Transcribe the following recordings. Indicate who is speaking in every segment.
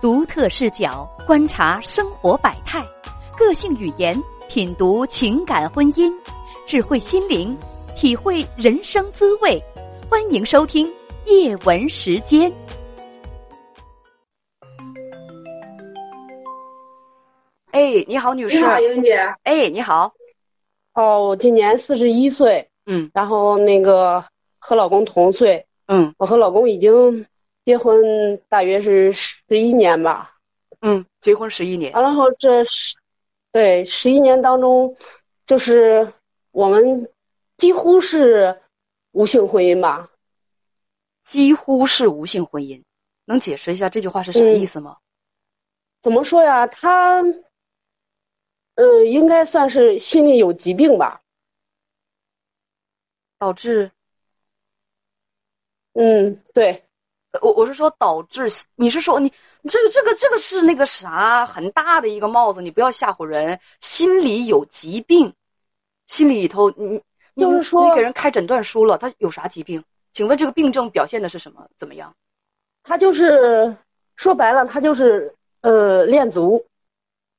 Speaker 1: 独特视角观察生活百态，个性语言品读情感婚姻，智慧心灵体会人生滋味。欢迎收听夜闻时间。哎，你好，女
Speaker 2: 你
Speaker 1: 士。
Speaker 2: 好，英姐。
Speaker 1: 哎，你好。
Speaker 2: 哦，我今年四十一岁，
Speaker 1: 嗯
Speaker 2: 然后那个和老公同岁，
Speaker 1: 嗯
Speaker 2: 我和老公已经结婚大约是十一年吧。
Speaker 1: 嗯，结婚十一年。
Speaker 2: 然后这十，对，十一年当中，就是我们几乎是无性婚姻吧。
Speaker 1: 几乎是无性婚姻，能解释一下这句话是啥
Speaker 2: 嗯
Speaker 1: 意思吗？
Speaker 2: 怎么说呀？他，呃，应该算是心里有疾病吧。
Speaker 1: 导致
Speaker 2: 嗯，对，
Speaker 1: 呃我我是说导致你是说你你这个这个这个是那个啥很大的一个帽子，你不要吓唬人。心里有疾病，心里头你你
Speaker 2: 就是说
Speaker 1: 你给人开诊断书了，他有啥疾病？请问这个病症表现的是什么？怎么样？
Speaker 2: 他就是说白了，他就是呃恋足，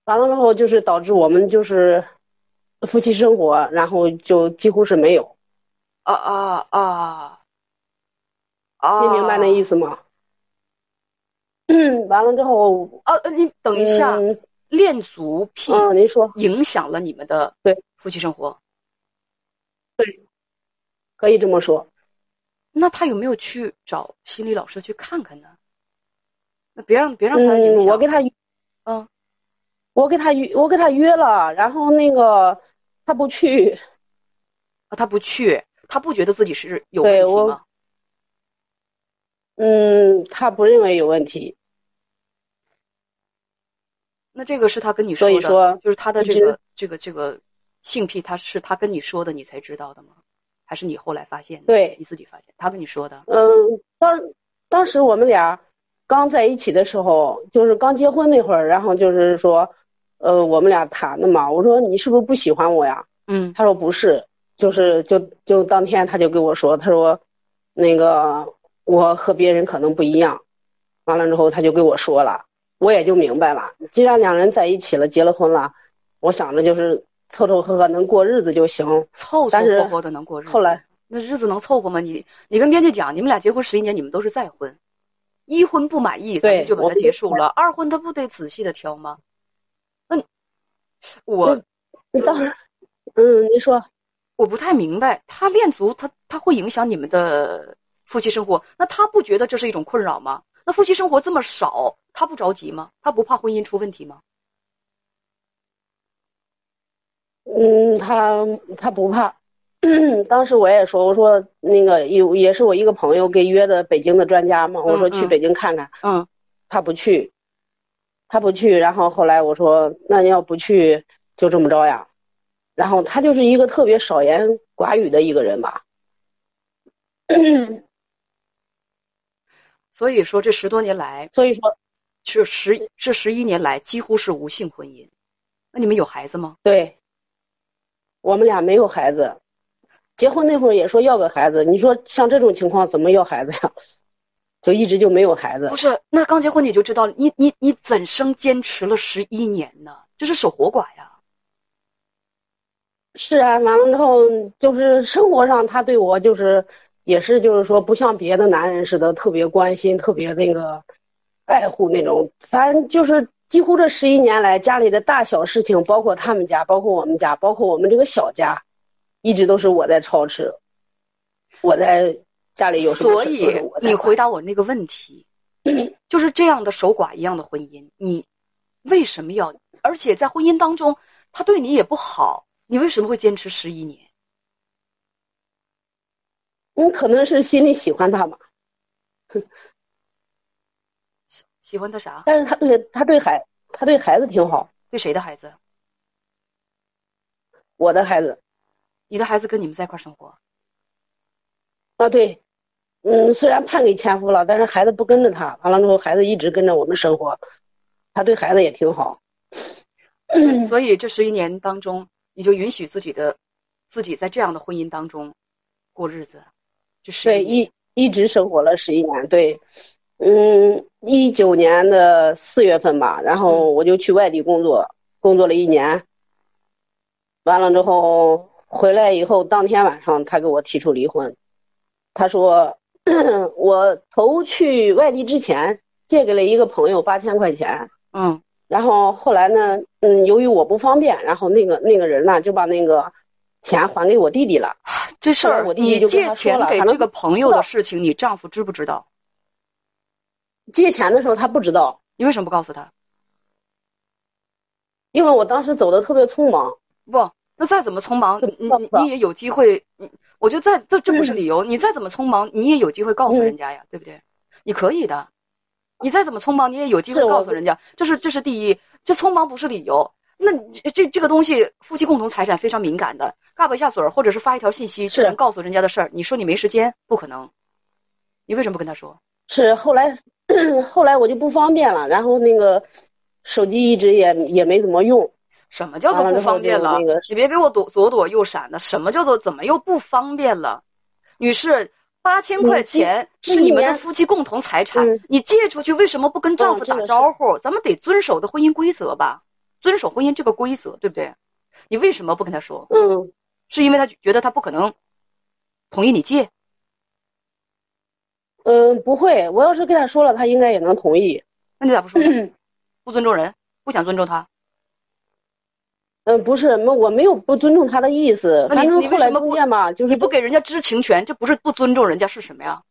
Speaker 2: 完了之后就是导致我们就是夫妻生活，然后就几乎是没有，
Speaker 1: 啊啊啊！啊，
Speaker 2: 你明白那意思吗？ 完了之后，
Speaker 1: 啊？呃你等一下，
Speaker 2: 嗯，
Speaker 1: 恋足癖
Speaker 2: 嗯，您说
Speaker 1: 影响了你们的
Speaker 2: 对
Speaker 1: 夫妻生活，
Speaker 2: 可以这么说。
Speaker 1: 那他有没有去找心理老师去看看呢？那别让别让他影
Speaker 2: 嗯，
Speaker 1: 响。
Speaker 2: 我跟他约
Speaker 1: 嗯，
Speaker 2: 我给他约，我给他约了，然后那个他不去，
Speaker 1: 啊，他不去，他不觉得自己是有
Speaker 2: 对
Speaker 1: 问题
Speaker 2: 我
Speaker 1: 吗？
Speaker 2: 嗯，他不认为有问题，
Speaker 1: 那这个是他跟你说
Speaker 2: 所
Speaker 1: 的，
Speaker 2: 以说
Speaker 1: 就是他的
Speaker 2: 一
Speaker 1: 这
Speaker 2: 直
Speaker 1: 个这个这个性癖，他是他跟你说的，你才知道的吗？还是你后来发现的？
Speaker 2: 对
Speaker 1: 你自己发现，他跟你说的。
Speaker 2: 嗯，当当时我们俩刚在一起的时候，就是刚结婚那会儿，然后就是说，呃，我们俩谈的嘛。我说你是不是不喜欢我呀？
Speaker 1: 嗯
Speaker 2: 他说不是，就是就就当天他就跟我说，他说那个我和别人可能不一样。完了之后他就跟我说了，我也就明白了。既然两人在一起了，结了婚了，我想着就是凑凑合合能过日子就行。
Speaker 1: 凑凑
Speaker 2: 但是
Speaker 1: 合合的能过日子。
Speaker 2: 后来
Speaker 1: 那日子能凑合吗？你你跟编辑讲，你们俩结婚十一年，你们都是再婚，一婚不满意，咱们
Speaker 2: 对
Speaker 1: 就把
Speaker 2: 我
Speaker 1: 它
Speaker 2: 们
Speaker 1: 结
Speaker 2: 就
Speaker 1: 束了。二婚他不得仔细的挑吗？那
Speaker 2: 嗯
Speaker 1: 你我
Speaker 2: 你当时，嗯，您说。
Speaker 1: 我不太明白，他恋足他他会影响你们的夫妻生活，那他不觉得这是一种困扰吗？那夫妻生活这么少，他不着急吗？他不怕婚姻出问题吗？
Speaker 2: 嗯，他他不怕。 当时我也说，我说那个有也是我一个朋友给约的北京的专家嘛，我说
Speaker 1: 嗯
Speaker 2: 去
Speaker 1: 嗯
Speaker 2: 北京看看，
Speaker 1: 嗯
Speaker 2: 他不去，他不去。然后后来我说，那你要不去就这么着呀。然后他就是一个特别少言寡语的一个人吧。
Speaker 1: 所以说这十多年来，
Speaker 2: 所以说，
Speaker 1: 这十这十一年来几乎是无性婚姻。那你们有孩子吗？
Speaker 2: 对，我们俩没有孩子，结婚那会儿也说要个孩子，你说像这种情况怎么要孩子呀？ 就一直就没有孩子
Speaker 1: 不。是，那刚结婚你就知道，你你你怎生坚持了十一年呢？这是守活寡呀。
Speaker 2: 是啊，完了之后就是生活上，他对我就是也是就是说不像别的男人似的特别关心，特别那个爱护那种。反正就是几乎这十一年来，家里的大小事情，包括他们家，包括我们家，包括我们这个小家，一直都是我在操持，我在家里有什么
Speaker 1: 所
Speaker 2: 事
Speaker 1: 以
Speaker 2: 都是我在
Speaker 1: 你
Speaker 2: 管
Speaker 1: 回答我那个问题，
Speaker 2: 嗯
Speaker 1: 就是这样的守寡一样的婚姻，你为什么要？而且在婚姻当中，他对你也不好，你为什么会坚持十一年？
Speaker 2: 你嗯可能是心里喜欢他吧，
Speaker 1: 喜欢他啥？
Speaker 2: 但是他对他对孩他对孩子挺好，
Speaker 1: 对谁的孩子？
Speaker 2: 我的孩子。
Speaker 1: 你的孩子跟你们在一块生活，
Speaker 2: 啊，对，嗯，虽然判给前夫了，但是孩子不跟着他，完了之后孩子一直跟着我们生活，他对孩子也挺好。嗯
Speaker 1: 所以这十一年当中，你就允许自己的自己在这样的婚姻当中过日子。这十
Speaker 2: 对，
Speaker 1: 一年
Speaker 2: 一一直生活了十一年，对，嗯，一九年的四月份吧，然后我就去外地工作，工作了一年，完了之后回来以后，当天晚上他给我提出离婚，他说 我头去外地之前借给了一个朋友八千块钱，
Speaker 1: 嗯
Speaker 2: 然后后来呢，嗯，由于我不方便，然后那个那个人呢就把那个钱还给我弟弟了，
Speaker 1: 这事儿
Speaker 2: 后来我弟弟
Speaker 1: 你
Speaker 2: 就跟
Speaker 1: 借
Speaker 2: 他说
Speaker 1: 钱
Speaker 2: 了
Speaker 1: 给
Speaker 2: 反
Speaker 1: 这
Speaker 2: 正
Speaker 1: 个
Speaker 2: 他
Speaker 1: 朋友的事情，你丈夫知不知道？
Speaker 2: 借钱的时候他不知道，
Speaker 1: 你为什么不告诉他？
Speaker 2: 因为我当时走的特别匆忙。
Speaker 1: 不，那再怎么匆忙，
Speaker 2: 怎
Speaker 1: 你
Speaker 2: 么告
Speaker 1: 你
Speaker 2: 诉他
Speaker 1: 你也有机会。嗯我觉得再这这不是理由，你再怎么匆忙，你也有机会告诉
Speaker 2: 嗯
Speaker 1: 人家呀，对不对？你可以的，你再怎么匆忙，你也有机会
Speaker 2: 是我
Speaker 1: 告诉人家。这是这是第一，这匆忙不是理由。那你这这个东西，夫妻共同财产非常敏感的，嘎巴一下嘴儿，或者是发一条信息，
Speaker 2: 是
Speaker 1: 就能告诉人家的事儿，你说你没时间，不可能。你为什么不跟他说？
Speaker 2: 是后来 后来我就不方便了，然后那个手机一直也也没怎么用，
Speaker 1: 什么叫做
Speaker 2: 完了
Speaker 1: 不
Speaker 2: 之后
Speaker 1: 方便
Speaker 2: 就
Speaker 1: 了
Speaker 2: 那个？
Speaker 1: 你别给我躲左躲右闪的。什么叫做怎么又不方便了？女士，八千
Speaker 2: 你
Speaker 1: 块
Speaker 2: 一
Speaker 1: 钱
Speaker 2: 那
Speaker 1: 是
Speaker 2: 一
Speaker 1: 你们的
Speaker 2: 年
Speaker 1: 夫妻共同财产
Speaker 2: 嗯，哦
Speaker 1: 你借出去为什么不跟丈夫
Speaker 2: 这个
Speaker 1: 打
Speaker 2: 是
Speaker 1: 招呼？咱们得遵守的婚姻规则吧，遵守婚姻这个规则，对不对？你为什么不跟他说？
Speaker 2: 嗯，
Speaker 1: 是因为他觉得他不可能同意你借？
Speaker 2: 嗯，不会，我要是跟他说了，他应该也能同意。
Speaker 1: 那你咋不说？ 不尊重人，不想尊重他，
Speaker 2: 嗯，不是，没我没有不尊重他的意思，
Speaker 1: 那你
Speaker 2: 反正
Speaker 1: 你为
Speaker 2: 后来
Speaker 1: 什么
Speaker 2: 中
Speaker 1: 不
Speaker 2: 间吧，就是
Speaker 1: 你不给人家知情权，这不是不尊重人家是什么呀？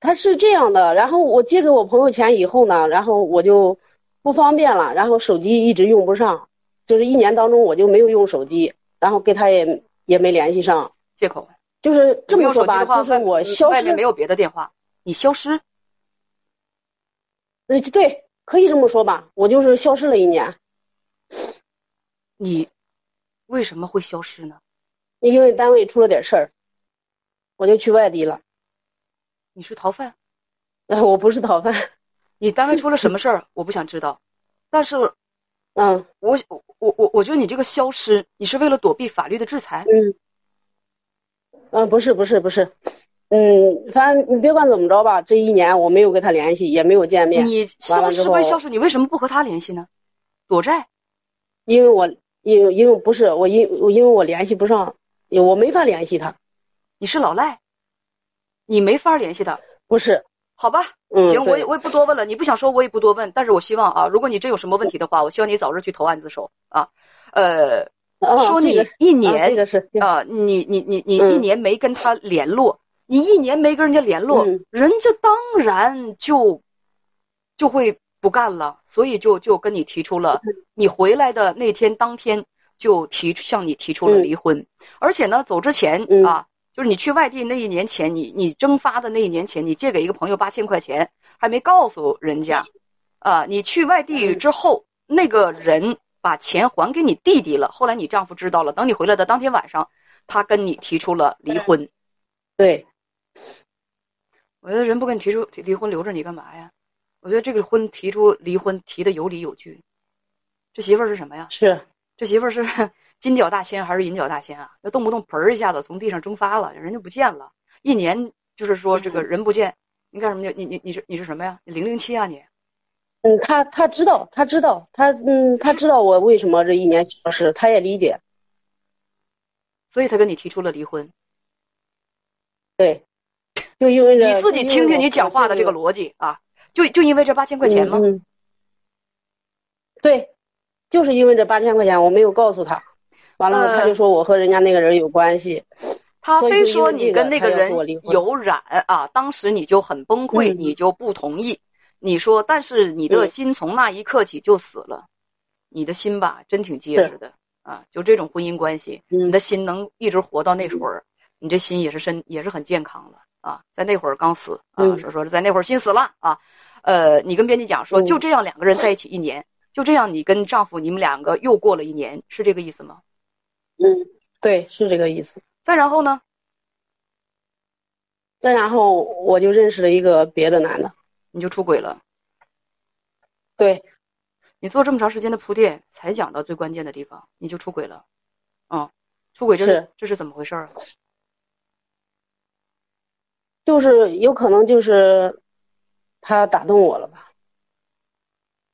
Speaker 2: 他是这样的，然后我借给我朋友钱以后呢，然后我就不方便了，然后手机一直用不上，就是一年当中我就没有用手机，然后跟他也也没联系上，
Speaker 1: 借口。
Speaker 2: 就是这
Speaker 1: 没有
Speaker 2: 么
Speaker 1: 手
Speaker 2: 说
Speaker 1: 机的
Speaker 2: 吧，
Speaker 1: 话，
Speaker 2: 就是
Speaker 1: 外
Speaker 2: 我
Speaker 1: 嗯
Speaker 2: 消
Speaker 1: 外
Speaker 2: 失
Speaker 1: 面没有别的电话，你消失。
Speaker 2: 对呃对，可以这么说吧，我就是消失了一年，
Speaker 1: 你为什么会消失呢？
Speaker 2: 因为单位出了点事儿，我就去外地了。
Speaker 1: 你是逃犯？
Speaker 2: 呃，我不是逃犯，
Speaker 1: 你单位出了什么事儿？我不想知道。但是我
Speaker 2: 嗯
Speaker 1: 我我我我觉得你这个消失，你是为了躲避法律的制裁。
Speaker 2: 嗯，嗯，不是不是不是，嗯，反正你别管怎么着吧，这一年我没有跟他联系，也没有见面，
Speaker 1: 你
Speaker 2: 完
Speaker 1: 消
Speaker 2: 了之
Speaker 1: 失归
Speaker 2: 后
Speaker 1: 消失，你为什么不和他联系呢？躲债？
Speaker 2: 因为我因为因为不是我因我因为我联系不上，我没法联系他，
Speaker 1: 你是老赖，你没法联系他。
Speaker 2: 不是，
Speaker 1: 好吧，
Speaker 2: 嗯
Speaker 1: 行，我
Speaker 2: 对
Speaker 1: 也我也不多问了。你不想说，我也不多问。但是我希望啊，如果你真有什么问题的话，我希望你早日去投案自首啊。呃，
Speaker 2: 啊、
Speaker 1: 说
Speaker 2: 这
Speaker 1: 你
Speaker 2: 个
Speaker 1: 一
Speaker 2: 啊、这
Speaker 1: 年
Speaker 2: 个是，
Speaker 1: 啊，你你你你
Speaker 2: 嗯
Speaker 1: 一年没跟他联络，你一年没跟人家联络，
Speaker 2: 嗯
Speaker 1: 人家当然就就会不干了，所以就就跟你提出了，
Speaker 2: 嗯
Speaker 1: 你回来的那天当天就提向你提出了
Speaker 2: 嗯
Speaker 1: 离婚，而且呢，走之前、
Speaker 2: 嗯
Speaker 1: 啊，就是你去外地那一年前，你你蒸发的那一年前，你借给一个朋友八千块钱，还没告诉人家，啊，你去外地之后，那个人把钱还给你弟弟了。后来你丈夫知道了，等你回来的当天晚上，他跟你提出了离婚。
Speaker 2: 对，
Speaker 1: 我觉得人不跟你提出离婚，留着你干嘛呀？我觉得这个婚提出离婚提的有理有据。这媳妇儿是什么呀？
Speaker 2: 是，
Speaker 1: 这媳妇儿是 金角大仙还是银角大仙啊？那动不动盆儿一下子从地上蒸发了，人就不见了。一年就是说这
Speaker 2: 嗯
Speaker 1: 个人不见，你干什么去？你你你是你是什么呀？你零零七啊你？
Speaker 2: 嗯，他他知道，他知道，他嗯，他知道我为什么这一年消失，他也理解，
Speaker 1: 所以他跟你提出了离婚。
Speaker 2: 对，就因为这
Speaker 1: 你自己听听你讲话的这个逻辑啊，就就因为这八千块
Speaker 2: 块
Speaker 1: 钱吗？
Speaker 2: 嗯，嗯对，就是因为这八千块钱我没有告诉他，完了、
Speaker 1: 呃
Speaker 2: 他就说我和人家那个人有关系，
Speaker 1: 他
Speaker 2: 所以
Speaker 1: 非
Speaker 2: 就
Speaker 1: 说
Speaker 2: 因为
Speaker 1: 你
Speaker 2: 这个
Speaker 1: 跟那
Speaker 2: 他
Speaker 1: 个
Speaker 2: 要
Speaker 1: 人
Speaker 2: 和我离婚
Speaker 1: 有染啊，当时你就很崩溃，
Speaker 2: 嗯
Speaker 1: 你就不同意。你说，但是你的
Speaker 2: 嗯
Speaker 1: 心从那一刻起就死了，你的心吧，真挺结实的啊。就这种婚姻关系，
Speaker 2: 嗯
Speaker 1: 你的心能一直活到那会儿，你这心也是身也是很健康了啊。在那会儿刚死啊，
Speaker 2: 嗯
Speaker 1: 说说在那会儿心死了啊。呃，你跟编辑讲说，
Speaker 2: 嗯
Speaker 1: 就这样两个人在一起一年，就这样你跟丈夫你们两个又过了一年，是这个意思吗？
Speaker 2: 嗯，对，是这个意思。
Speaker 1: 再然后呢？
Speaker 2: 再然后我就认识了一个别的男的，
Speaker 1: 你就出轨了。
Speaker 2: 对，
Speaker 1: 你做这么长时间的铺垫，才讲到最关键的地方，你就出轨了，啊、出轨这是
Speaker 2: 是
Speaker 1: 这是怎么回事儿啊？
Speaker 2: 就是有可能就是他打动我了吧，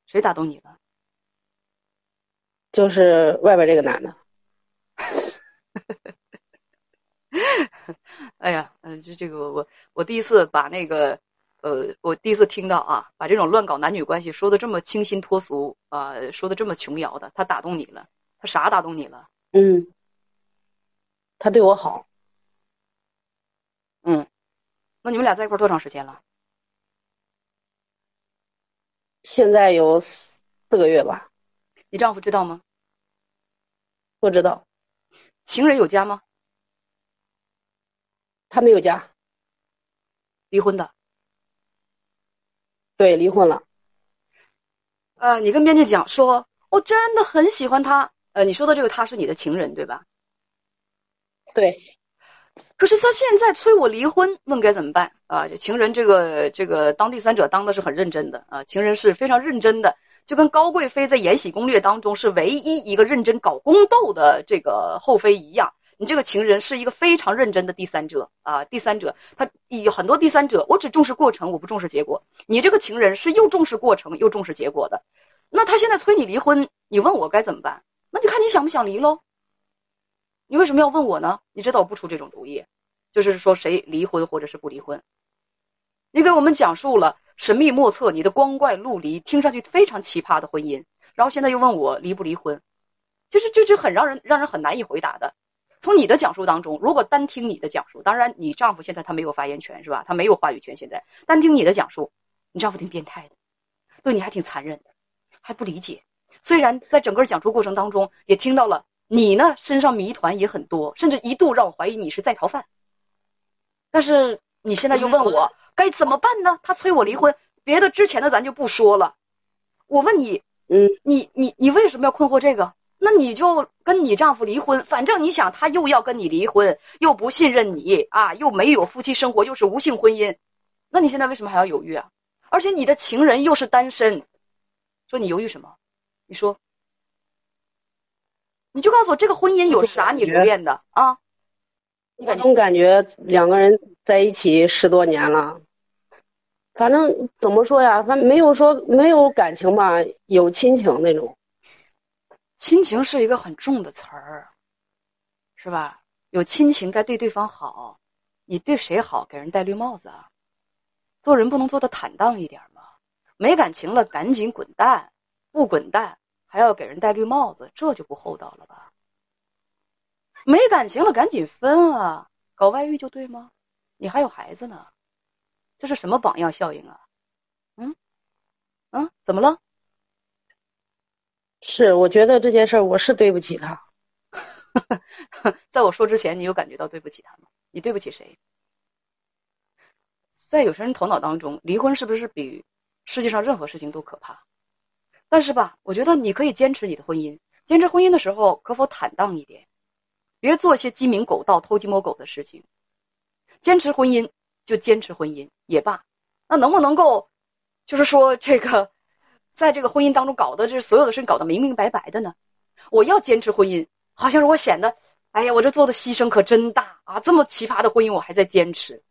Speaker 1: 谁打动你了？
Speaker 2: 就是外边这个男的，
Speaker 1: 哎呀，嗯、这这个我我第一次把那个呃，我第一次听到啊，把这种乱搞男女关系说的这么清新脱俗啊、说的这么琼瑶的，他打动你了，他啥打动你了？
Speaker 2: 嗯，他对我好，
Speaker 1: 嗯，那你们俩在一块儿多长时间了？
Speaker 2: 现在有四四个月吧，
Speaker 1: 你丈夫知道吗？
Speaker 2: 不知道
Speaker 1: 情人有家吗？
Speaker 2: 他没有家，
Speaker 1: 离婚的？
Speaker 2: 对，离婚了，
Speaker 1: 呃，你跟编辑讲说，我、真的很喜欢他。呃，你说的这个他是你的情人对吧？
Speaker 2: 对，
Speaker 1: 可是他现在催我离婚，问该怎么办啊？这情人这个这个当第三者当的是很认真的啊，情人是非常认真的，就跟高贵妃在《延禧攻略》当中是唯一一个认真搞宫斗的这个后妃一样。你这个情人是一个非常认真的第三者啊，第三者他有很多第三者，我只重视过程，我不重视结果。你这个情人是又重视过程又重视结果的，那他现在催你离婚，你问我该怎么办？那就看你想不想离喽。你为什么要问我呢？你知道我不出这种主意，就是说谁离婚或者是不离婚。你给我们讲述了神秘莫测、你的光怪陆离，听上去非常奇葩的婚姻，然后现在又问我离不离婚，就是这这很让人让人很难以回答的。从你的讲述当中，如果单听你的讲述，当然你丈夫现在他没有发言权是吧？他没有话语权，现在单听你的讲述，你丈夫挺变态的，对你还挺残忍的，还不理解。虽然在整个讲述过程当中也听到了你呢身上谜团也很多，甚至一度让我怀疑你是在逃犯，但是你现在又问我该怎么办呢？他催我离婚，别的之前的咱就不说了，我问你，
Speaker 2: 嗯，
Speaker 1: 你你你为什么要困惑这个？那你就跟你丈夫离婚，反正你想他又要跟你离婚，又不信任你啊，又没有夫妻生活，又是无性婚姻，那你现在为什么还要犹豫啊？而且你的情人又是单身，说你犹豫什么？你说，你就告诉我这个婚姻有啥你留恋的啊？你
Speaker 2: 我
Speaker 1: 感觉
Speaker 2: 总感觉两个人在一起十多年了，反正怎么说呀，反正没有说没有感情吧，有亲情那种。
Speaker 1: 亲情是一个很重的词儿，是吧？有亲情该对对方好，你对谁好给人戴绿帽子啊？做人不能做的坦荡一点吗？没感情了赶紧滚蛋，不滚蛋还要给人戴绿帽子，这就不厚道了吧？没感情了赶紧分啊！搞外遇就对吗？你还有孩子呢，这是什么榜样效应啊？嗯，嗯，怎么了？
Speaker 2: 是，我觉得这件事儿我是对不起他，
Speaker 1: 在我说之前，你有感觉到对不起他吗？你对不起谁？在有些人头脑当中，离婚是不是比世界上任何事情都可怕？但是吧，我觉得你可以坚持你的婚姻，坚持婚姻的时候可否坦荡一点，别做些鸡鸣狗盗、偷鸡摸狗的事情。坚持婚姻就坚持婚姻也罢，那能不能够，就是说这个，在这个婚姻当中搞的这所有的事情搞得明明白白的呢？我要坚持婚姻，好像是我显得，哎呀，我这做的牺牲可真大啊！这么奇葩的婚姻我还在坚持，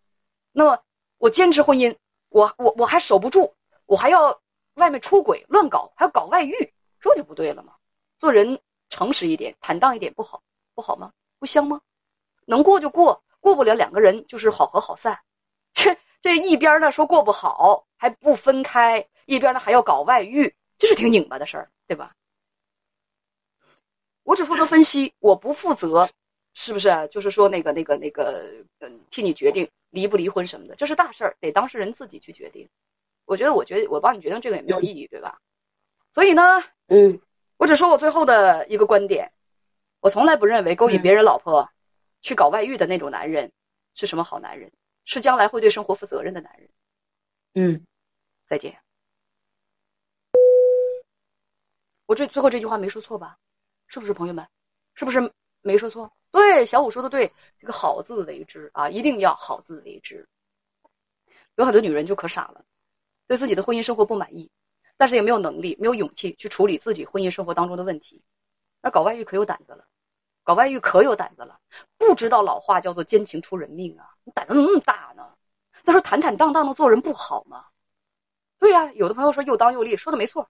Speaker 1: 那么我坚持婚姻，我我我还守不住，我还要外面出轨、乱搞，还要搞外遇，这就不对了嘛！做人诚实一点、坦荡一点，不好不好吗？不香吗？能过就过，过不了两个人就是好合好散。 这这一边呢说过不好，还不分开，一边呢还要搞外遇，这是挺拧巴的事儿，对吧？我只负责分析，我不负责，是不是啊？就是说那个那个那个，嗯，替你决定离不离婚什么的，这是大事儿，得当事人自己去决定。我觉得，我觉得我帮你决定这个也没有意义，对吧？所以呢，
Speaker 2: 嗯，
Speaker 1: 我只说我最后的一个观点，我从来不认为勾引别人老婆、去搞外遇的那种男人是什么好男人，是将来会对生活负责任的男人。
Speaker 2: 嗯，
Speaker 1: 再见。我这最后这句话没说错吧？是不是朋友们？是不是没说错？对，小五说的对，这个好自为之啊，一定要好自为之。有很多女人就可傻了，对自己的婚姻生活不满意，但是也没有能力、没有勇气去处理自己婚姻生活当中的问题。那搞外遇可有胆子了，搞外遇可有胆子了，不知道老话叫做奸情出人命啊！你胆子怎么那么大呢？他说坦坦荡荡的做人不好吗？对呀、有的朋友说又当又立，说的没错，